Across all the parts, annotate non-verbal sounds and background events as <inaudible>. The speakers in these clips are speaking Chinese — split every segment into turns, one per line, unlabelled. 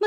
乜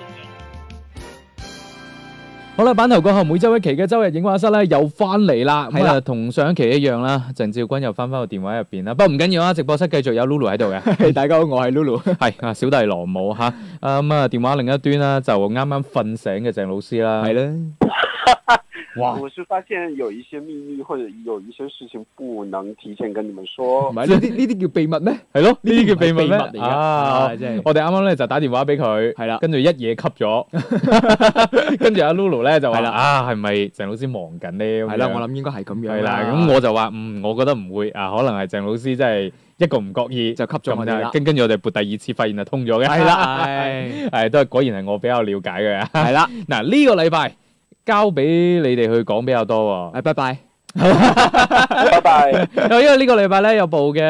影。
好啦，版頭過後每周一期嘅周日影畫室咧又翻嚟啦，
係
咁
啦
啊同上一期一樣啦，鄭照君又翻翻個電話入邊啦，不過唔緊要啊，直播室繼續有 Lulu 喺
<laughs>
度嘅，
大家好，我係 Lulu。
係啊小弟羅姆吓，啊咁啊電話另一端啦就啱啱瞓醒嘅鄭老師啦，
係啦，哇，
我是发现有一些秘密或者有一些事情不能提前跟你们
<laughs>
说
唔。係呢啲呢啲叫秘密咩？
係咯，呢啲叫
唔係
秘密咩
嚟㗎
啊？
啊，真係
我哋啱啱咧就打電話俾
<laughs>
佢，
係啦
跟住一嘢吸咗，跟住阿 Lulu 咧就話
係啦
啊，係咪鄭老師忙緊呢？咁樣
係啦，我諗應該係咁樣。
係啦，咁我就話嗯，我覺得唔會啊，可能係鄭老師真係一個唔覺意
就吸咗我哋
咁
啦
啊跟跟住我哋撥第二次，發現就通咗嘅。
係
<laughs>
啦，係
係都係果然係我比較了解嘅。
係啦，
<laughs> 嗱呢個禮拜交俾你哋去講比較多
誒拜拜。
拜拜。
<laughs> 喎，因為呢個禮拜咧有部嘅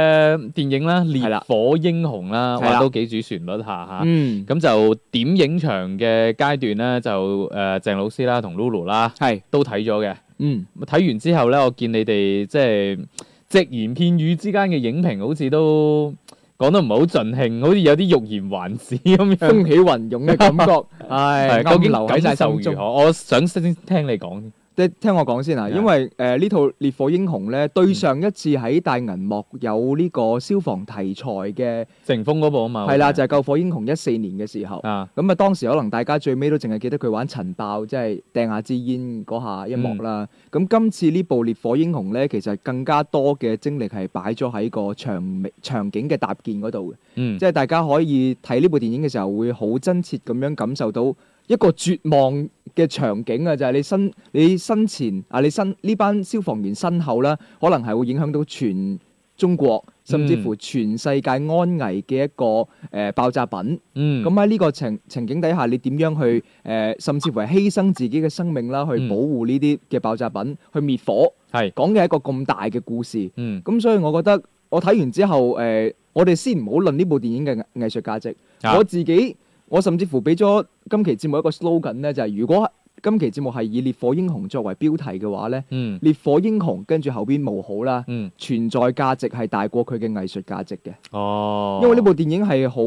電影啦，《烈
係啦
火英雄》啦，
係啦
話都幾主旋律下嚇。
嗯，
咁就點影場嘅階段咧，就誒、呃、鄭老師啦同 Lulu 啦
係，
都睇咗嘅。
嗯，
睇完之後咧，我見你哋即係隻言片語之間嘅影評，好似都講得唔係好盡興，好似有啲欲言還止咁樣。
風起雲湧嘅感覺，
係
唉，
究竟
暗流喺晒
感受
心
如
中。
何？我想先聽你講。
即係聽我講先啊，
係
因為誒呢套《烈火英雄》咧，對上一次喺大銀幕有呢個消防題材嘅，
成風嗰部啊嘛，
係啦，
好似
就係《救火英雄》一四年嘅時候。
啊，
咁啊，當時可能大家最尾都淨係記得佢玩塵爆，即係掟下支煙嗰下一幕啦。咁、今次呢部《烈火英雄》呢，其實更加多嘅精力係擺咗喺個場場景嘅搭建嗰度嘅，
嗯，
即係大家可以睇呢部電影嘅時候，會好真切咁樣感受到一個絕望嘅場景啊！就係、你身你身前啊，你身呢班消防員身後啦，可能係會影響到全中國，甚至乎全世界安危嘅一個誒、呃爆炸品。
嗯，
咁喺呢個情情景底下，你點樣去誒、呃甚至乎係犧牲自己嘅生命啦，去
嗯
保護呢啲嘅爆炸品，去滅火，
係，
講嘅係一個咁大嘅故事。
嗯，
咁所以我覺得我睇完之後，誒、我哋先唔好論呢部電影嘅藝藝術價值。
啊
我自己，我甚至乎俾咗今期節目一個 slogan 咧，就係、如果今期節目係以烈火英雄作為標題嘅話咧，
嗯，
烈火英雄跟住後邊無好啦，
嗯，
存在價值係大過佢嘅藝術價值嘅。
哦，
因為呢部電影係好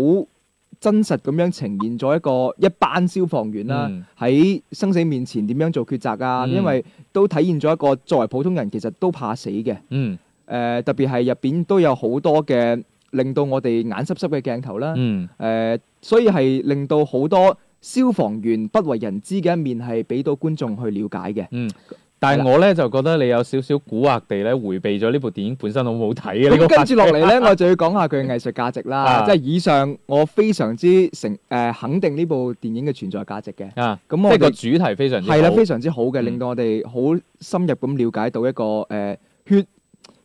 真實咁樣呈現咗一個一班消防員啦
嗯，
喺、生死面前點樣做抉擇啊！
嗯
因為都體現咗一個作為普通人其實都怕死嘅，誒、呃
嗯，
特別係入邊都有好多嘅令到我哋眼濕濕嘅鏡頭啦，誒、呃
嗯，
所以係令到好多消防員不為人知嘅一面係俾到觀眾去了解嘅。
但
係
係
啦
我咧就覺得你有少少蠱惑地咧迴避咗呢部電影本身好唔好睇嘅呢個話
咁跟
題
住落
<laughs>
嚟咧，我就要講下佢嘅藝術價值
啊
啦。即係以上，我非常之成誒、肯定呢部電影嘅存在價值嘅。
啊，
咁
即
我
係個
哋
主題非常之
係啦，
好
非常之好嘅，
嗯
令到我哋好深入咁了解到一個誒、呃血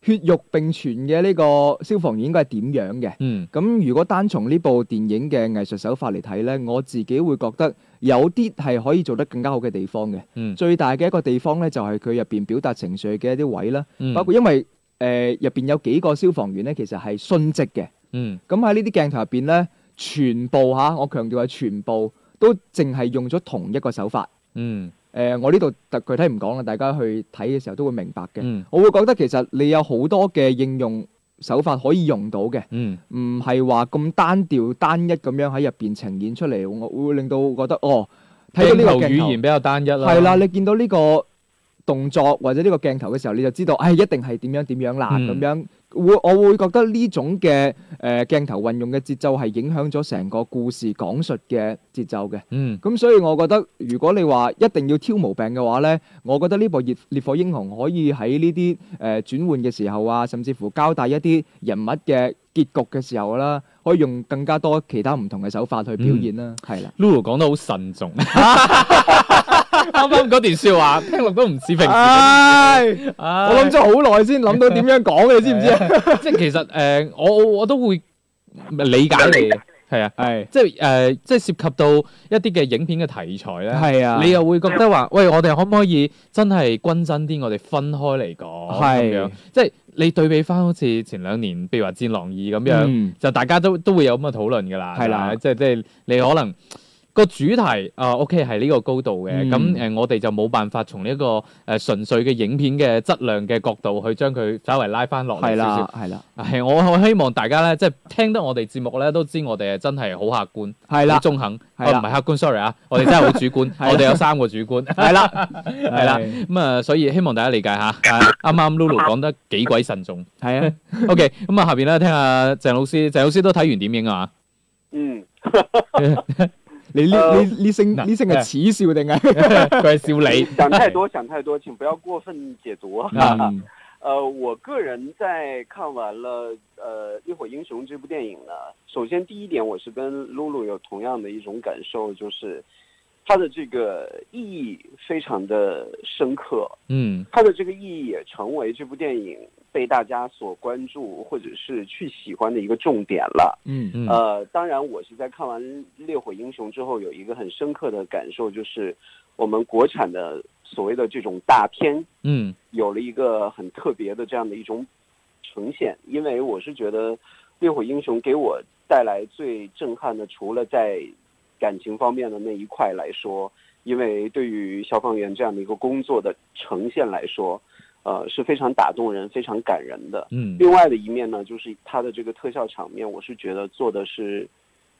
血肉並存嘅呢個消防員應該係點樣嘅。
嗯
咁如果單從呢部電影嘅藝術手法嚟睇呢，我自己會覺得有啲係可以做得更加好嘅地方嘅。
嗯
最大嘅一個地方呢，就係佢入邊表達情緒嘅一啲位啦，
嗯，
包括因為誒入邊有幾個消防員呢，其實係殉職嘅。
嗯
咁喺呢啲鏡頭入邊呢，全部嚇我強調係全部都淨係用咗同一個手法。
嗯
誒、呃我呢度特具體唔講啦，大家去睇嘅時候都會明白嘅。
嗯
我會覺得其實你有好多嘅應用手法可以用到嘅，
嗯
唔係話咁單調單一咁樣喺入邊呈現出嚟，我會令到我覺得哦，睇到呢個
鏡頭
鏡
語言啊
頭
比較單一啦，
係啦，，你見到呢個動作或者呢個鏡頭嘅時候，你就知道，哎唉、一定係點樣點樣啦，
嗯
咁、樣。會我會覺得呢種嘅誒、呃、鏡頭運用嘅節奏係影響咗成個故事講述嘅節奏嘅。
嗯
咁所以我覺得，如果你話一定要挑毛病嘅話呢，我覺得呢部《烈烈火英雄》可以喺呢啲誒轉換嘅時候啊，甚至乎交代一啲人物嘅結局嘅時候啦，可以用更加多其他唔同嘅手法去表現啦，係啦、
，Lulu 講得好慎
<laughs>
重， <laughs> 啱啱嗰段説話聽落都唔似平時咁。
唉，
我
啊我諗咗好耐先諗到點樣講，你知唔知啊？
即係其實誒、呃我我我都會理解你，係啊，
係
即係誒、呃即係涉及到一啲嘅影片嘅題材咧。
<laughs> 係啊，
你又會覺得話，喂，我哋可唔可以真係均真啲？我哋分開嚟講
係
咁樣，即係你對比翻好似前兩年，譬如話《戰狼二》咁樣，
嗯
就大家都都會有咁嘅討論㗎啦。
係啦
係咪即係即係你可能。個主題啊，OK 係呢個高度嘅，
嗯
咁誒、呃我哋就冇辦法從呢一個誒、呃、純粹嘅影片嘅質量嘅角度去將佢稍微拉翻落嚟少
係
少
啦，。係啦，
係我我希望大家咧，即係聽得我哋節目咧，都知我哋係真係好客觀，
係
好
啦，
中肯，哦
係啦
唔係客觀，sorry 啊，我哋真係好主觀，
<laughs>
<laughs>
係啦
我哋有三個主觀，
<laughs> 係啦，
係
係
啦， <laughs> 咁啊，所以希望大家理解下。啊啱啱 Lulu 講得幾鬼慎重。
係啊，
OK，咁啊，下邊咧聽下鄭老師，鄭老師都睇完點影啊？ <laughs>
嗯，
你呢
呃
呢呢聲
嗱
呢聲係恥笑定係？
佢係笑你。
想太多， <laughs> 想太多，请不要过分解读。
啊
嗯
<laughs> 呃，我个人在看完了呃《浴火英雄》这部电影呢，首先第一点，我是跟露露有同样的一种感受，就是它的这个意义非常的深刻，
嗯
它的这个意义也成为这部电影被大家所关注或者是去喜欢的一个重点了。
嗯
嗯
呃，当然，我是在看完《烈火英雄》之后，有一个很深刻的感受，就是我们国产的所谓的这种大片，
嗯
有了一个很特别的这样的一种呈现。因为我是觉得《烈火英雄》给我带来最震撼的，除了在感情方面的那一块来说，因为对于消防员这样的一个工作的呈现来说，呃，是非常打动人、非常感人的。
嗯
另外的一面呢，就是它的这个特效场面，我是觉得做的是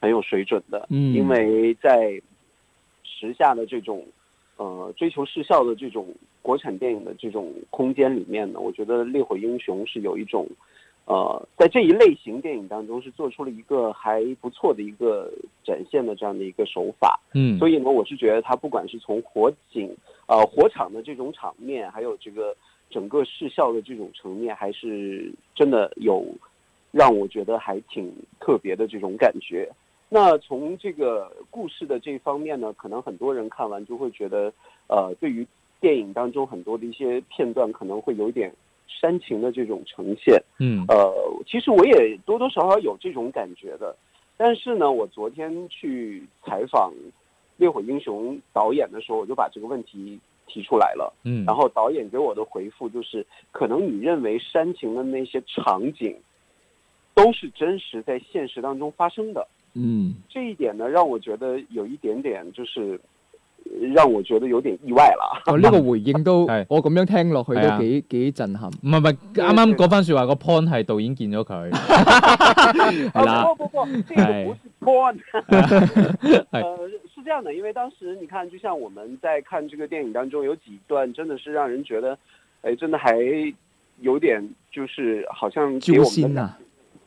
很有水准的，
嗯
因为在时下的这种呃追求视效的这种国产电影的这种空间里面呢，我觉得《烈火英雄》是有一种呃在这一类型电影当中是做出了一个还不错的一个展现的这样的一个手法。
嗯
所，以呢，我是觉得它不管是从火警、呃火场的这种场面，还有这个整个视效的这种层面，还是真的有让我觉得还挺特别的这种感觉。那从这个故事的这方面呢，可能很多人看完就会觉得，呃，对于电影当中很多的一些片段，可能会有点煽情的这种呈现。
嗯
呃，其实我也多多少少有这种感觉的，但是呢，我昨天去采访《烈火英雄》导演的时候，我就把这个问题提出来了。
嗯，
然后导演给我的回复就是，可能你认为煽情的那些场景，都是真实在现实当中发生的。
嗯
这一点呢，让我觉得有一点点就是，呃让我觉得有点意外了。
哦，呢個回應都
係
我咁樣聽落去
係啊
都幾幾震撼，
唔係唔係，啱啱嗰番説話個 point 係導演見咗佢，
係啦
啊，不不不，这个不是 porn，
哎
呃，是这样的，因为当时你看，就像我们在看这个电影当中，有几段真的是让人觉得，哎，真的还有点就是好像
诛
给我们
仙
的
啊！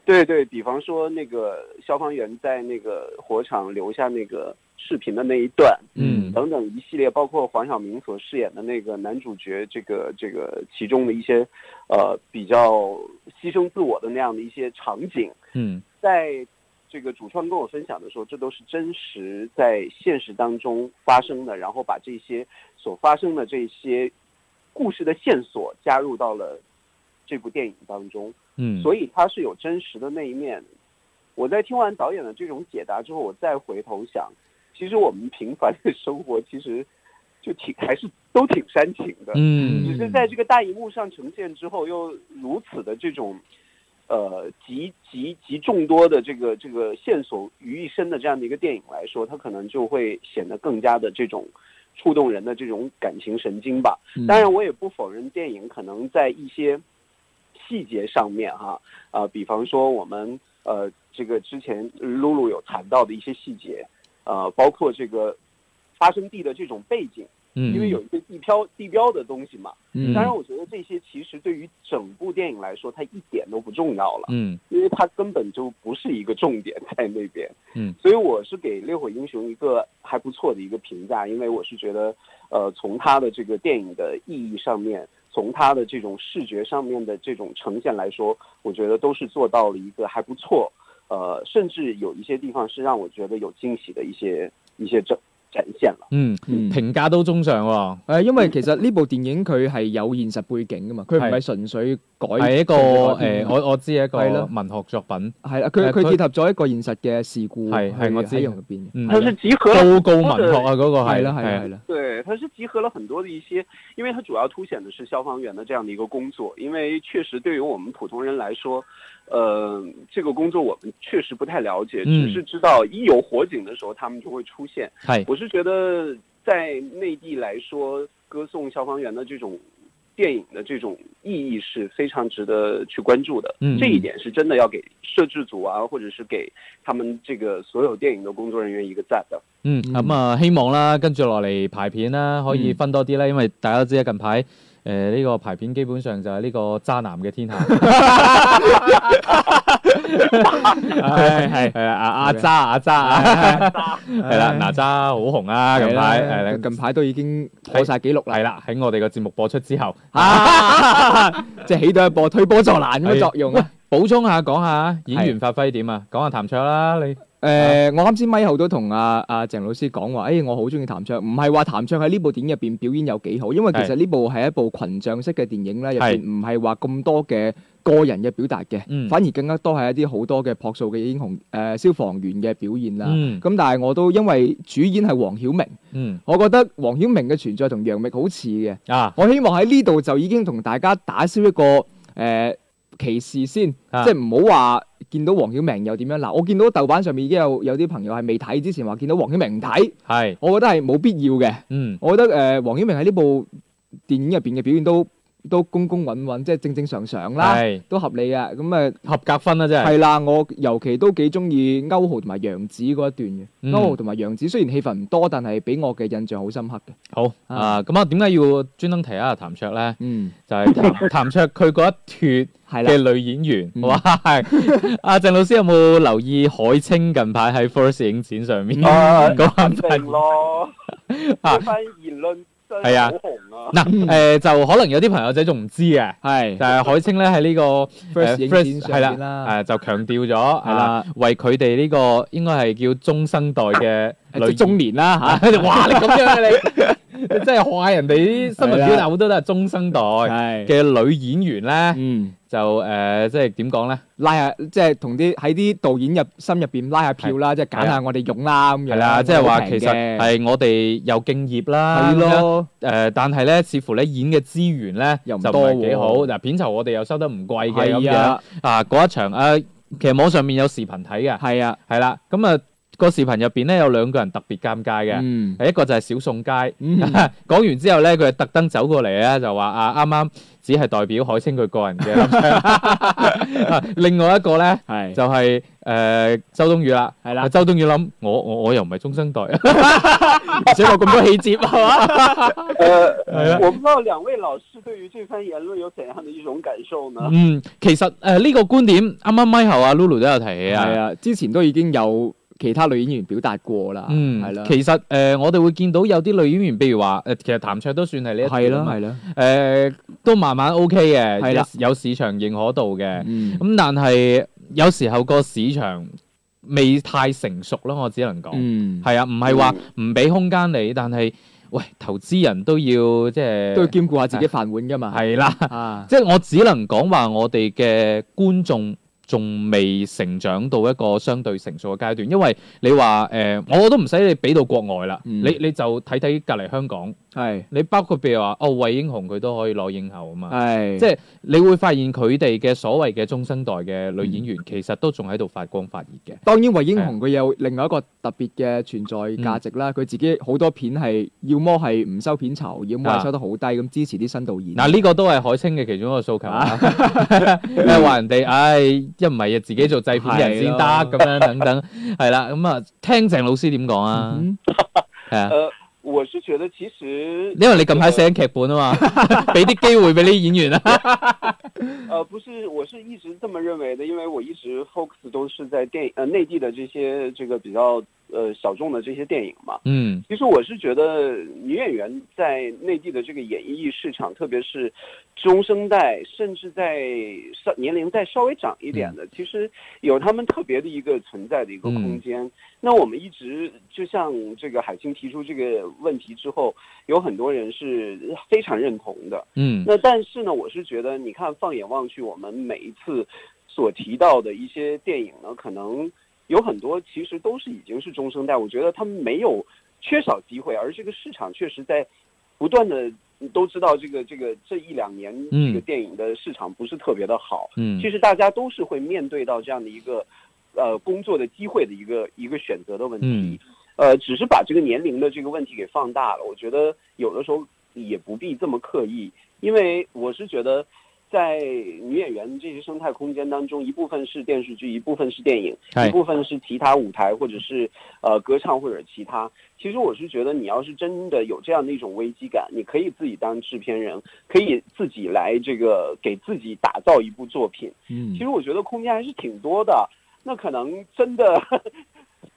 对对，比方说那个消防员在那个火场留下那个视频的那一段，
嗯
等等一系列，包括黄晓明所饰演的那个男主角，这个这个其中的一些，呃，比较牺牲自我的那样的一些场景。
嗯
在这个主创跟我分享的时候，这都是真实在现实当中发生的，然后把这些所发生的这些故事的线索加入到了这部电影当中，
嗯，
所以它是有真实的那一面。我在听完导演的这种解答之后，我再回头想，其实我们平凡的生活其实就挺还是都挺煽情的，
嗯
只是在这个大荧幕上呈现之后，又如此的这种，呃，集集集众多的这个这个线索于一身的这样的一个电影来说，它可能就会显得更加的这种触动人的这种感情神经吧。
嗯
当然，我也不否认电影可能在一些细节上面哈、啊，比方说我们呃这个之前露露有谈到的一些细节，呃，包括这个发生地的这种背景。
嗯
因为有一些地标地标的东西嘛。
嗯
当然，我觉得这些其实对于整部电影来说，它一点都不重要了，
嗯
因为它根本就不是一个重点在那边。
嗯，
所以我是给《烈火英雄》一个还不错的一个评价，因为我是觉得，呃，从它的这个电影的意义上面。从它的这种视觉上面的这种呈现来说，我觉得都是做到了一个还不错，呃，甚至有一些地方是让我觉得有惊喜的一些一些整展现了。
嗯，
嗯
評價都中上喎，
誒，因為其實呢部電影佢係有現實背景噶嘛，佢唔係
係
純粹改
係一個
佢改
誒，
編
我我知一個
係咯
文學作品，
係啦，
誒
佢佢
佢
結合咗一個現實嘅事故
係係
去
我知
喺入邊嘅，
嗯，
它是集合了
報告文學啊，嗰個
係
係
啦係啦
係
係啦，
对，它是集合了很多的一些，因为它主要凸显的是消防员的这样的一个工作，因为确实对于我们普通人来说，呃，这个工作我们确实不太了解，
嗯
只是知道一有火警的时候他们就会出现。
係
我是觉得在内地来说，歌颂消防员的这种电影的这种意义是非常值得去关注的。
嗯
这一点是真的要给摄制组啊，或者是给他们这个所有电影的工作人员一个赞的。
嗯，
嗯
咁啊，希望啦，跟住落嚟排片啦，可以
嗯
分多啲啦，因為大家都知啊，近排誒呢個排片基本上就係呢個渣男嘅 <laughs> 天下，係係係啊，阿阿渣阿渣啊，係啦，哪渣好紅啊，近排係啦
係。近排都已經破晒紀錄啦，
係啦，喺我哋個節目播出之後，
<laughs> 即係起到一個推波助瀾咁嘅作用啊！
補充下講下演員發揮點啊，講下譚卓啦，你
誒、
啊
我啱先咪後都同阿阿鄭老師講話，誒、哎我好中意譚卓，唔係話譚卓喺呢部電影入邊表演有幾好，因為其實
係
呢部係一部群像式嘅電影咧，入
係
邊唔係話咁多嘅個人嘅表達嘅，
嗯
反而更加多係一啲好多嘅樸素嘅英雄誒、呃消防員嘅表現啦。
嗯
咁、但係我都因為主演係黃曉明，
嗯
我覺得黃曉明嘅存在同楊冪好似嘅，
啊
我希望喺呢度就已經同大家打消一個誒、呃歧視先，
啊
即係唔好話見到黃曉明又點樣嗱。我見到豆瓣上面已經有有啲朋友係未睇之前話見到黃曉明唔睇，
係
我覺得係冇必要嘅。
嗯
我覺得誒、呃、黃曉明喺呢部電影入邊嘅表現都都公公允允，即係正正常常啦，
係
都合理啊。咁誒
合格分啦，真係
係啦，我尤其都幾中意歐豪同埋楊紫嗰一段嘅。
嗯
歐豪同埋楊紫雖然戲份唔多，但係俾我嘅印象好深刻嘅。
好啊。咁啊，點解要專登提啊譚卓咧？
嗯，
就係譚譚卓佢嗰一脱
係啦。
嘅女演員，
嗯
哇！阿鄭老師有冇留意海清近排喺 First 影展上面
啊
<laughs> 嗰班
肯定咯，
啊
呢番言論真
係
係
啊
好紅啊！
嗱誒，就可能有啲朋友仔仲唔知嘅，
係
就係海清咧喺呢個。
first
誒
影
First，
展上
係誒、
面啦，
就強調咗啊，為佢哋呢個應該係叫中生代
<laughs>
嘅
誒
女
即中年啦
啊
吓，！
<laughs> 哇！你咁 <laughs> 樣嘅、你，你真係學下人哋啲新聞表達好多都係中生代
係
嘅女演員咧，
嗯，
就誒、即係點講咧？
拉下即係同啲喺啲導演入心入邊拉下票啦，即係揀下我哋用啦咁樣。
係啦，即係話其實
實
係我哋有敬業啦，
係
咁樣
咯，
誒、但係咧，似乎咧演嘅資源咧
又唔
就
多
係幾
喎
好。嗱、片酬我哋又收得唔貴嘅咁
係
樣
啊，
啊，嗰一場誒、啊其實網上面有視頻睇嘅，
係啊，
係啦，咁啊個視頻入邊咧有兩個人特別尷尬嘅。
嗯
一個就係小宋佳，
嗯
<laughs> 講完之後咧，佢係特登走過嚟咧，就話啊啱啱只係代表海清佢個人嘅立場。啊 <laughs> 另外一個咧
係
就係、呃周冬雨啦，啊
係啦，
周冬雨諗我我我又唔係中生代， <laughs> 而且我咁多氣節係
<laughs>
嘛？哎
呃，我不知道兩位老師對於這番言論有怎樣的一種感受呢？
嗯，其實誒呢、個觀點啱啱咪後啊 Lulu 都有提起
係
啊。
啊，之前都已經有其他女演員表達過啦，
嗯，
係啦，
其實誒、呃我哋會見到有啲女演員，譬如話誒、呃其實譚卓都算係呢一
係
條
啦
啊嘛
係啦，
誒、都慢慢 OK 嘅，
係啦
有有市場認可度嘅。
嗯
咁但係有時候個市場未太成熟咯，我只能講
嗯，
係啊，唔係話唔俾空間你，但係喂投資人都要即係
都要兼顧下自己飯碗噶嘛，
係啦， <laughs>
啊，
即係我只能講話我哋嘅觀眾。仲未成長到一個相對成熟嘅階段，因為你話誒、我都唔使你俾到國外啦，
嗯
你你就睇睇隔離香港，
係
你包括譬如話哦，惠英紅佢都可以攞影后啊嘛，
係
即係你會發現佢哋嘅所謂嘅中生代嘅女演
嗯
員，其實都仲喺度發光發熱嘅。
當然，惠英紅佢有另外一個特別嘅存在
嗯
價值啦。佢、自己好多片係，要麼係唔收片酬，要麼係
啊
收得好低，咁支持啲新導演。
嗱，呢個都係海清嘅其中一個訴求
<laughs>
啊！誒話人哋，唉，一唔係自己做製片人先得
係
咁樣等等，係啦。咁啊，聽鄭老師點講啊？
嗯
係啊，
呃，我是覺得其實
因為你近排寫緊劇本啊
<laughs>
嘛，俾啲機會俾呢啲演員啊。
呃，不是，我是一直这么认为的，因为我一直 focus 都是在电影呃内地的这些这个比较呃小众的这些电影嘛。
嗯
其实我是觉得女演员在内地的这个演艺市场，特别是中生代，甚至在稍年龄再稍微长一点的，其实有他们特别的一个存在的一个空间。那我们一直就像这个海清提出这个问题之后，有很多人是非常认同的。
嗯
那但是呢，我是觉得，你看，放眼望去，我们每一次所提到的一些电影呢，可能有很多其实都是已经是中生代，我觉得他们没有缺少机会，而这个市场确实在不断的。都知道这个这个这一两年
嗯
这个电影的市场不是特别的好，
嗯，
其实大家都是会面对到这样的一个呃工作的机会的一个一个选择的问题。
嗯
呃，只是把这个年龄的这个问题给放大了。我觉得有的时候也不必这么刻意，因为我是觉得，在女演员这些生态空间当中，一部分是电视剧，一部分是电影，
嗨
一部分是其他舞台或者是呃歌唱或者其他。其实我是觉得，你要是真的有这样的一种危机感，你可以自己当制片人，可以自己来这个给自己打造一部作品。
嗯
其实我觉得空间还是挺多的，那可能真的 <laughs>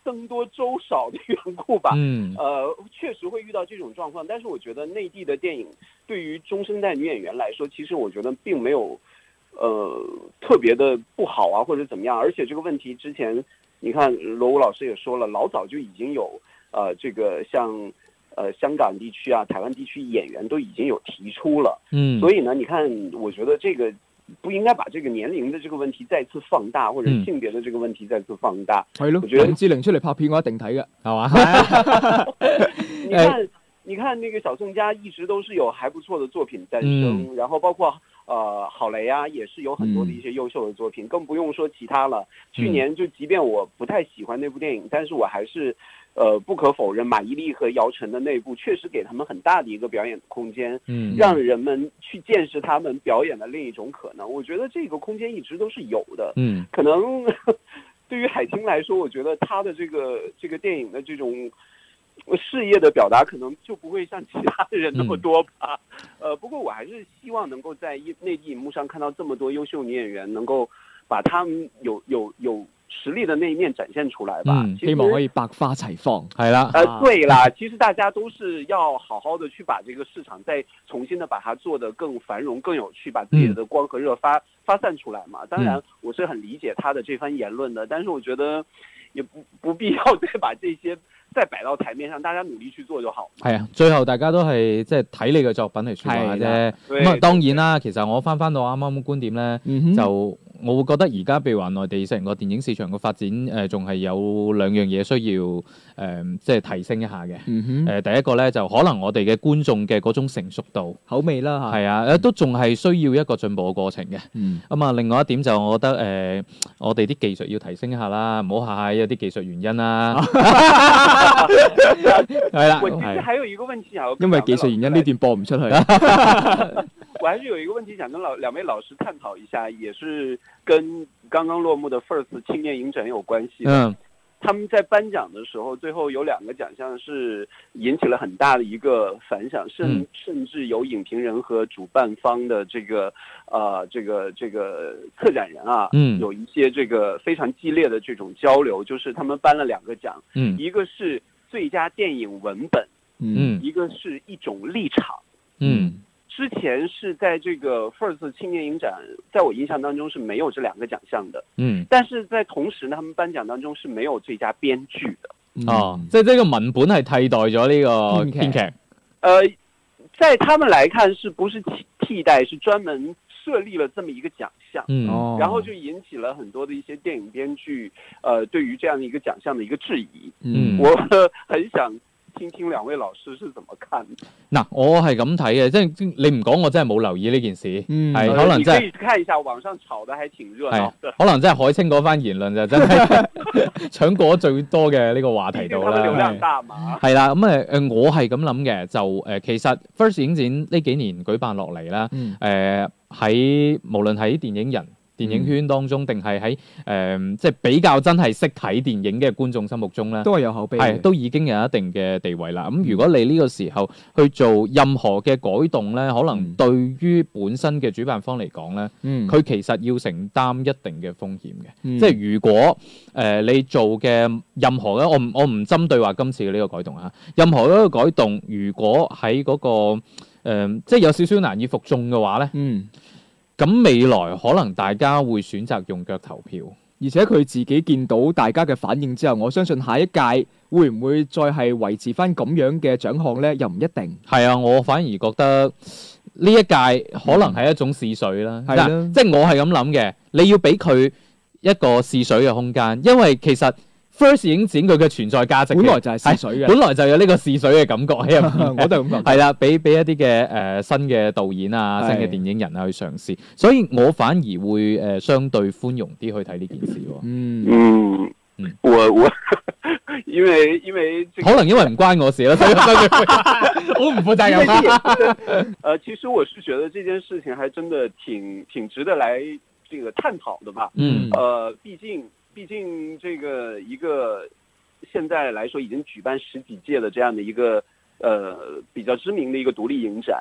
僧多粥少的缘故吧。
嗯
呃，确实会遇到这种状况，但是我觉得内地的电影对于中生代女演员来说，其实我觉得并没有呃特别的不好啊，或者怎么样。而且这个问题之前，你看罗武老师也说了，老早就已经有呃这个像呃香港地区啊、台湾地区演员都已经有提出了。
嗯，
所以呢，你看，我觉得这个不应该把这个年龄的这个问题再次放大，或者
嗯
性别的这个问题再次放大。
係咯，
我覺得
林志玲出嚟拍片我一定睇嘅。
系嘛，哎
你看，你看那个小宋佳一直都是有还不错的作品诞生，
嗯
然后包括呃郝蕾啊，也是有很多的一些优秀的作品，更不用说其他了。
嗯
去年就即便我不太喜欢那部电影，但是我还是。呃，不可否认，马伊琍和姚晨的那部确实给他们很大的一个表演空间，
<laughs> 嗯
让人们去见识他们表演的另一种可能。我觉得这个空间一直都是有的，
嗯
可能 <laughs> 对于海清来说，我觉得她的这个这个电影的这种事业的表达，可能就不会像其他人那么多吧。呃，不过我还是希望能够在一内地荧幕上看到这么多优秀女演员，能够把她们有有有实力的那一面展现出来吧。
嗯
其实
希望可以百花齊放。
系啦，
<laughs> 呃，对啦，其实大家都是要好好的去把这个市场再重新的把它做得更繁荣、更有趣，把自己的光和热发、发散出来嘛。当然，我是很理解他的这番言论的，但是我觉得也不不必要再把这些再摆到台面上，大家努力去做就好。
系啊，最後大家都係即係睇你嘅作品嚟说話
係啦
啫。
對
咁啊，當然啦，其實我翻翻到啱啱嘅觀點咧，
嗯哼
就我會覺得而家譬如話內地成個電影市場嘅發展，誒、仲係有兩樣嘢需要誒、即係提升一下嘅。誒、呃
嗯哼，
第一個咧就可能我哋嘅觀眾嘅嗰種成熟度
口味啦吓。
係啊，誒都仲係需要一個進步嘅過程嘅。
嗯
咁啊，另外一點就我覺得誒、呃我哋啲技術要提升一下啦，唔好下下有啲技術原因啦。係啦，
我其
係
实还有一个问题想要，
因為技術原因呢，段播唔出去。啊
我还是有一个问题想跟老两位老师探讨一下，也是跟刚刚落幕的 First 青年影展有关系的。
嗯
他们在颁奖的时候，最后有两个奖项是引起了很大的一个反响，
嗯
甚甚至有影评人和主办方的这个呃这个这个策展人啊，
嗯
有一些这个非常激烈的这种交流，就是他们颁了两个奖，
嗯
一个是最佳电影文本，
嗯
一个是一种立场。
嗯。
之前是在这个 First 青年影展，在我印象当中是没有这两个奖项的，
嗯，
但是在同时呢，他们颁奖当中是没有最佳编剧的。
嗯
哦，即係呢個文本係替代咗呢個
編劇
編劇，
呃，在他们来看，是不是替替代，是专门设立了这么一个奖项，
嗯，
哦
然后就引起了很多的一些电影编剧，呃，对于这样的一个奖项的一个质疑。
嗯
我呃很想听听两位老师是怎么看的，
嗱，我係咁睇嘅，即係你唔講我真係冇留意呢件事，
<laughs> 嗯
係
呃
可能
你
真
可
係
以看一下网上炒的还挺热
係
哎
闹的，
可能真係海清嗰番言論就真係 <laughs> 搶過咗最多嘅呢個話
哎
題
毕
度
竟
<laughs>
他们流
啦。
量大嘛。
係啦，咁誒誒，我係咁諗嘅，就誒、其實 First 影展呢幾年舉辦落嚟啦，
嗯
呃誒喺、無論喺電影人電影圈當中，定係喺誒即係比較真係識睇電影嘅觀眾心目中咧？
都係有嗯口碑
係
嘅。
都已經有一定嘅地位啦。咁如果你呢個時候去做任何嘅改動咧，可能
嗯
對於本身嘅主辦方嚟講咧，
嗯，
佢其實要承擔一定嘅風險嘅。
嗯
即係如果誒、呃你做嘅任何咧，我唔我唔針對話今次嘅呢個改動嚇，任何一個改動，如果喺嗰、個、呃、即係有少少難以服眾嘅話咧，
嗯，
咁未來可能大家會選擇用腳投票。
而且佢自己見到大家嘅反應之後，我相信下一屆會唔會再係維持翻咁樣嘅獎項咧？又唔一定。
係啊，我反而覺得呢一屆可能係一種試水啦。
嗯係
嗱
啦
即係我係咁諗嘅，你要俾佢一個試水嘅空間，因為其實 First 影展佢嘅存在價值嘅，
本來就係試水嘅
本來就有呢個試水嘅感覺喺入面。
<laughs>
<laughs>
我都係咁講。
係啦，俾俾一啲嘅誒新嘅導演啊、新嘅
係
電影人啊去嘗試，所以我反而會誒、呃相對寬容啲去睇呢件事喎。
嗯，
嗯
嗯，
我我 <laughs> 因为因为这个
可能因為唔關我事啦，所以我相對會
<laughs>
<laughs> 好唔負責任啊。
呃，其实我是觉得这件事情还真的挺挺值得来这个探讨的吧。
嗯
呃，毕竟毕竟这个一个现在来说已经举办十几届的这样的一个呃比较知名的一个独立影展，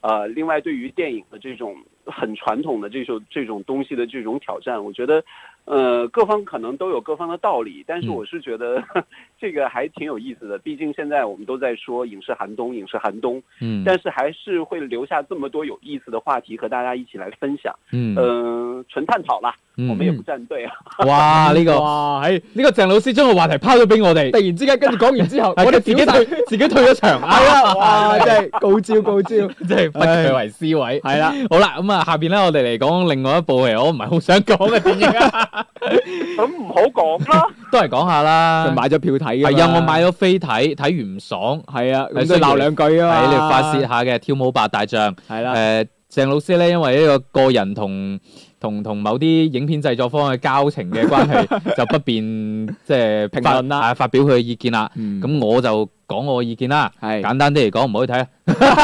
呃，另外对于电影的这种很传统的这种这种东西的这种挑战，我觉得呃各方可能都有各方的道理，但是
嗯
我是觉得 <laughs> 这个还挺有意思的。毕竟现在我们都在说影视寒冬，影视寒冬，
嗯
但是还是会留下这么多有意思的话题和大家一起来分享。
嗯
嗯、纯探讨啦，我们也
嗯，
不站队啊。
<laughs>
哇！呢個
哇，哎係
呢個鄭老師將個話題拋咗俾我哋
突。然之間跟住講完之後，
係
我哋
自
自
己
己
退
退，
自己退咗
<laughs>
場，
係啦，啊
<laughs>
哇，真係高招 <laughs> 高招，
即係不愧為思維。
係啦，
<laughs> 好啦，咁啊，下邊咧我哋嚟講另外一部誒，我唔係好想講嘅電影
<laughs>
啊，
咁唔好講啦。
都係講下啦
就。買咗票睇㗎嘛
係啊，我買咗飛睇，睇完唔爽，
係啊，
係
咁就鬧兩句啊
喺
嘛，
你發泄下嘅跳舞吧大象。
係
誒、
啦。
鄭老師咧，因為呢個個人同同同某啲影片製作方嘅交情嘅關係，
<laughs>
就不便即係
評
發
論啦
啊發表佢嘅意見啦。
嗯
咁、我就講我嘅意見啦。
係
簡單啲嚟講，唔好去睇啊。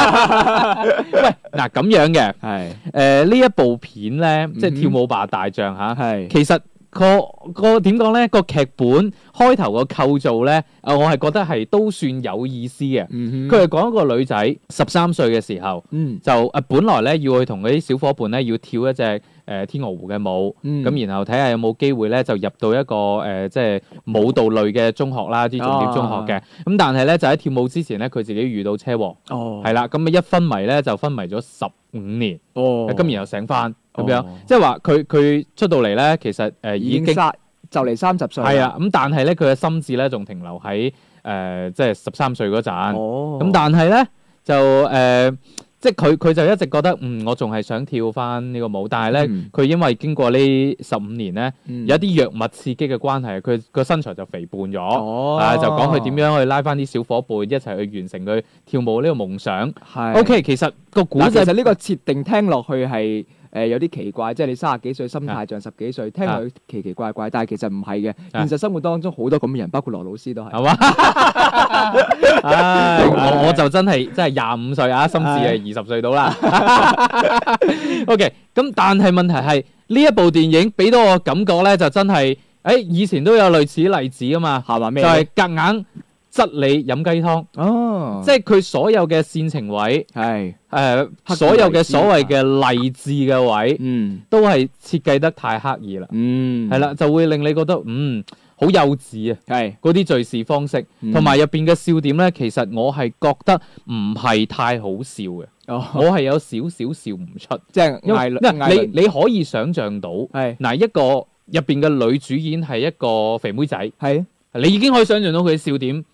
喂，
<laughs>
嗱咁樣嘅。
係
誒呢一部片咧，即係
嗯哼
跳舞吧大象嚇，
係
其實個個點講咧，個劇本開頭個構造咧，啊我係覺得係都算有意思嘅。
嗯
佢係講一個女仔十三歲嘅時候，
嗯
就誒本來咧要去同嗰啲小伙伴咧要跳一隻誒、呃天鵝湖嘅舞。
嗯
咁然後睇下有冇機會咧，就入到一個誒、呃即係舞蹈類嘅中學啦，啲
哦
重點中學嘅。咁、但係咧，就喺跳舞之前咧，佢自己遇到車禍，
哦
係啦、咁啊一昏迷咧就昏迷咗十五年。
哦
今日又醒翻咁樣，
哦
即係話佢佢出到嚟咧，其實誒、呃已
已
經
經三就嚟三十歲
係啊，咁但係咧佢嘅心智咧仲停留喺誒、呃即係十三歲嗰陣，咁、
哦
但係咧就誒、呃即係佢佢就一直覺得嗯我仲係想跳翻呢個舞，但係咧
嗯
佢因為經過呢十五年咧
嗯
有一啲藥物刺激嘅關係，佢個身材就肥胖咗。
哦
啊！就講佢點樣去拉翻啲小伙伴一齊去完成佢跳舞呢個夢想。
係
O.K. 其實個古
嗱，其
仔
實呢個設定聽落去係誒、呃有啲奇怪，即係你三十
啊
幾歲心態像十幾歲，聽落去奇奇怪怪，但係其實唔係嘅。
啊
現實生活當中好多咁嘅人，包括羅老師都係。
係嘛？唉，我
唉
我就真係真係廿五歲啊，心智係二十歲到啦。OK，咁但係問題係呢一部電影俾到我感覺咧，就真係，誒以前都有類似例子啊嘛，
係嘛
就
咩？
係夾硬質你飲雞湯，
哦，
即係佢所有嘅煽情位，
係
誒
黑
呃所有
暗
嘅
勵志
所
啊
謂嘅勵志嘅位，
嗯
都係設計得太刻意啦，
嗯
係啦，就會令你覺得嗯好幼稚啊
係
嗰啲敘事方式。
嗯
同埋入邊嘅笑點咧，其實我係覺得唔係太好笑
<laughs>
嘅，
哦，
我係有少少笑唔出，
即係
因為
艾倫艾
嗱
倫
你你可以想像到，
係
嗱一個入邊嘅女主演係一個肥妹仔，
係
你已經可以想像到佢嘅笑點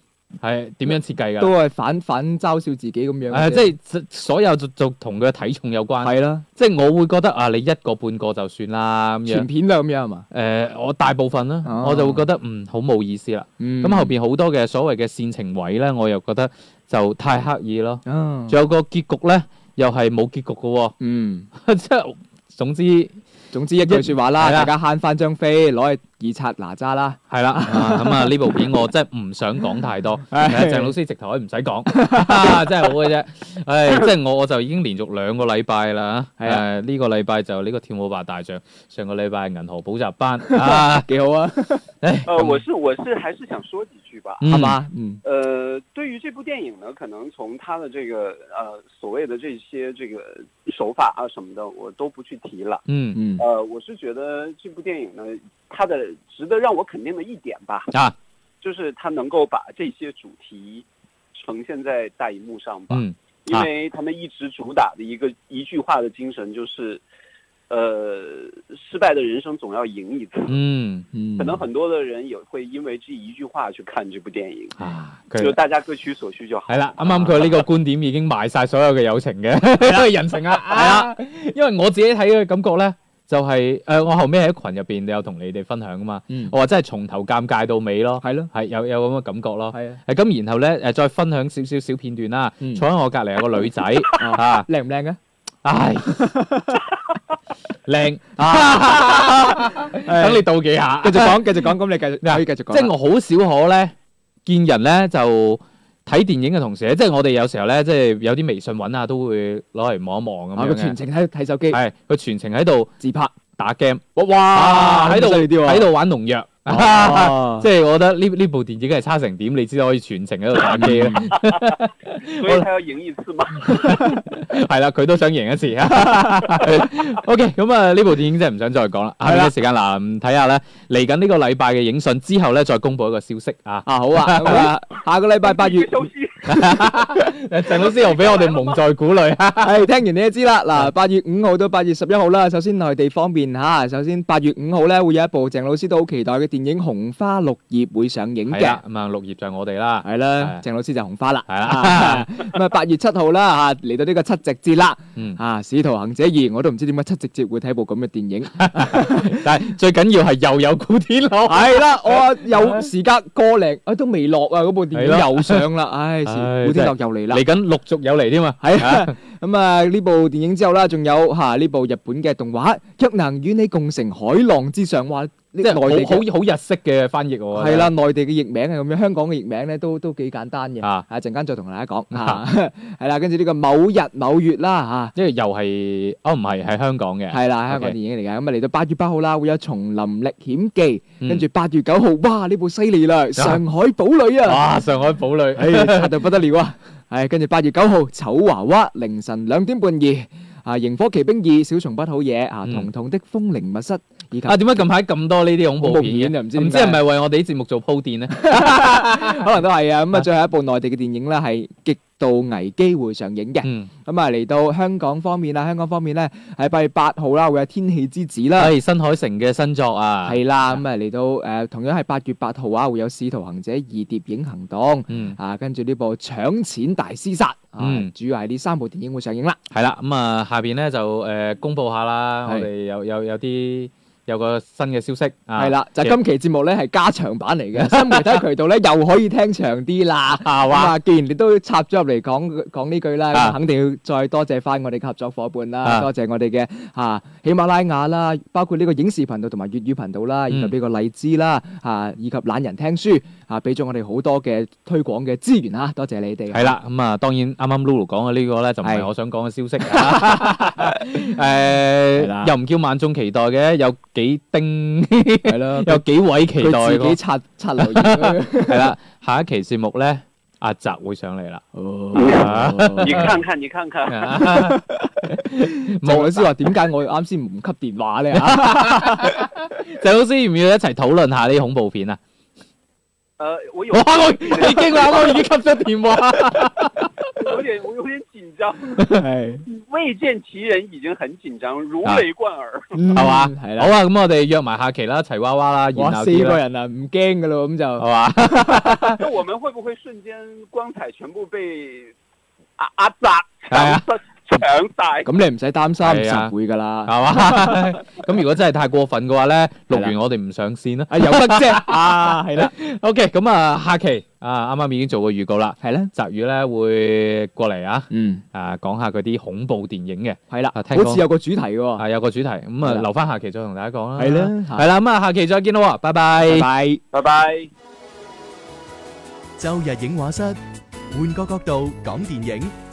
係點樣設計㗎
都
啦。
係反反嘲笑自己咁樣
誒、
嘅啫。
啊即係所所有就就同佢嘅體重有關，
係啦，
即係我會覺得啊，你一個半個就算啦咁樣。
全
誒、
片都係咁樣係嘛？
我大部分啦，
哦
我就會覺得嗯好冇意思啦。
嗯
咁、後邊好多嘅所謂嘅煽情位咧，我又覺得就太刻意咯。
啊
<laughs> 仲有個結局咧，又係冇結局嘅喎、
嗯
即係總之
總之一句説話啦，
係啦
大家慳翻張飛，攞去以刷哪吒啦。
系啦，啊咁啊呢部片我真係唔想講太多，
<laughs>
啊
唉
鄭老師直頭可以唔使講， <laughs> 真係好嘅啫。唉，即係我我就已經連續兩個禮拜啦，
係啊
誒呢個禮拜就呢個跳舞吧大象，上個禮拜銀河補習班啊，
幾好啊，
唉，
呃，我是我是还是想说几句吧。
嗯
係？嘛？嗯，
呃，对于这部电影呢，可能从它的这个呃所谓的这些这个手法啊什么的，我都不去提了。
嗯
嗯，
呃，我是觉得这部电影呢，它的值得让我肯定的一点吧，
啊
就是它能够把这些主题呈现在大荧幕上吧。
嗯
因为他们一直主打的一个一句话的精神就是，呃，失败的人生总要赢一次。
嗯
嗯
可能很多的人也会因为这一句话去看这部电影，
啊，
就
佢
大家各取所需就好。
係啦，啱啱佢呢個觀點已經賣晒所有嘅友情嘅，<laughs>
<laughs>
都係人情啊，係啊，因為我自己睇嘅感覺咧，就係誒我後尾喺群入邊有同你哋分享噶啊嘛，
嗯，
我話真係從頭尷尬到尾咯。
係咯，
係有有咁嘅感覺咯。
係啊，
誒咁，然後咧誒再分享少少小片段啦。
嗯
坐喺我隔離有個
<laughs>
女仔啊，
靚唔靚啊？ <laughs>
唉，靚
<laughs>
啊！等你妒忌下， <laughs>
繼續講，繼續講，咁你繼續可以繼續講啦。
即係我好少可咧見人咧就。睇電影嘅同時咧，即係我哋有時候咧，即係有啲微信揾下啊都會攞嚟望一望
啊，
咁
佢
樣嘅
全。程喺睇手機
係佢全程喺度
自拍，
打 game，
哇
喺度
犀利啲喎，
喺度玩農藥。
哦，。
<laughs> 即係我覺得呢呢部電影係差成點，你知道可以全程喺度打機啊啦。
所以他要赢一次嘛。
系啦，佢都想贏一次。OK，咁啊呢部電影真係唔想再講啦。下面嘅時間嗱，睇下咧嚟緊呢個禮拜嘅影訊之後咧，再公布一個消息啊 <laughs>
啊好啊，咁啊，下個禮拜八月
一个。消息，
鄭老師又俾我哋蒙在鼓裏啊。
系聽完你都知啦，嗱，八月五號到八月十一號啦。首先內地方面吓，首先八月五號咧會有一部鄭老師都好期待嘅電影《紅花綠葉》會上映
係
嘅
啦，。咁啊綠葉就係我哋啦。
係
係
啦
啊，
鄭老師就紅花啦。
係啦，
咁啊，八月七號啦吓，嚟到呢個七夕節啦。
嗯，
啊，《使徒行者二》我都唔知點解七夕節會睇部咁嘅電影。
但係最緊要係又有古天樂。<laughs>
係啦，我有時間個零啊都未落啊，嗰部電
係
影
咯
又上啦，唉，
唉
古天樂又嚟啦
嚟。緊陸續有嚟添嘛。
系啊，咁啊呢部電影之後啦，仲有吓呢部日本嘅動畫《若能與你共乘海浪之上》，哇！即
即係
係內地
好好
嘅
好日式嘅翻譯喎。
係啦，內地嘅譯名係咁樣，香港嘅譯名咧都都幾簡單嘅。
啊
啊，陣間再
<laughs>
同大家講吓，係啦，跟住呢個某日某月啦
因為又係哦，唔係係香港嘅
吓，。係啦，香港
OK
電影嚟嘅。咁啊嚟到八月八號啦，會有《叢林歷險記》，
嗯
跟住八月九號，哇！呢部犀利啦，《上海堡壘》啊，
哇，上海堡壘。
唉，差到不得了啊！ <laughs> 唉，跟住八月九號，丑娃娃凌晨兩點半二啊，螢火奇兵二，小蟲不好嘢啊，
嗯
彤彤的風鈴密室以及
啊，點解近排咁多呢啲恐怖
恐怖
片
片
嘅？
啊唔知
唔
點
知
解
係咪為我哋啲節目做鋪墊咧？
<laughs> 可能都係啊。咁啊，最後一部內地嘅電影咧係《極度危機》會上映嘅。
嗯，
咁啊，嚟到香港方面啦，啊香港方面咧喺八月八號啦，會有《天氣之子》啦。
係新海誠嘅新作啊。
係啦，咁啊嚟到誒、呃同樣係八月八號啊，會有《使徒行者二碟影行動》
嗯，
啊，跟住呢部《搶錢大廝殺》啊，
嗯
主要係呢三部電影會上映啦。
係啦，咁啊，下邊咧就誒公佈下啦，
係
我哋有有有啲有個新嘅消息啊。
系啦，就
其
今期節目咧係加長版嚟
<laughs>
嘅，新媒體渠道咧又可以聽長啲啦。
啊
咁
哇，
啊，既然你都插咗入嚟講講呢句啦，
啊
咁肯定要再多謝翻我哋嘅合作伙伴
啊
啦，多謝我哋嘅啊喜馬拉雅啦，包括呢個影視頻道同埋粵語頻道啦，以及呢個荔枝啦，啊以及懶人聽書啊，俾咗我哋好多嘅推廣嘅資源啊，多謝你哋。
係啦，咁啊，當然啱啱 Lulu 講嘅呢個咧就唔係
係
我想講嘅消 <laughs> 息啊。誒，
啦
又唔叫萬眾期待嘅，有幾丁， <laughs>
係啦，
有幾位期待
佢自己
喎。
刷刷留
<laughs>
言。
係啦，下一期節目咧，阿澤會上 <laughs> 嚟啦。
<laughs> 哦 <laughs>
你看看，你看
嗯
看，
鄭老師話：點解我啱先唔吸
<laughs>
電話咧？啊
鄭老師要唔要一齊討論下呢啲恐怖片啊？
呃，我
<laughs>
有
哇！我你惊啦，我已經吸咗電話。
有点我有点紧张，
<laughs> 係。
未见其人已经很紧张，如雷贯耳。
系
係嘛
系
<laughs> 好
嗯啦，
啊，咁我哋約埋下期啦，齊娃娃啦，然
哇，
後哦
四
啲
個
啦，
人啊，唔驚噶咯，咁就
係 <laughs> 嘛？
那我们会不会瞬间光彩全部被阿阿扎
哎呀
强搶晒。
咁你唔使擔心，
係啊
實會噶啦。
係嘛？咁如果真係太過分嘅話咧，錄完我哋唔上線啦。
啊，有得
<laughs>
啫，啊，係啦，
OK，咁啊，下期啊，啱啱已經做過預告啦。
係啦，
澤宇咧會過嚟啊，
嗯，
啊講下嗰啲恐怖電影嘅，
係啦，
啊聽講
好似有個主題嘅喎，
啊有個主題，咁
係
啊
啦
留翻下期再同大家講啦。
係啦嚇
係啦，咁啊下期再見啦喎，拜
拜拜。
拜拜。
周日影畫室，換個角度講電影。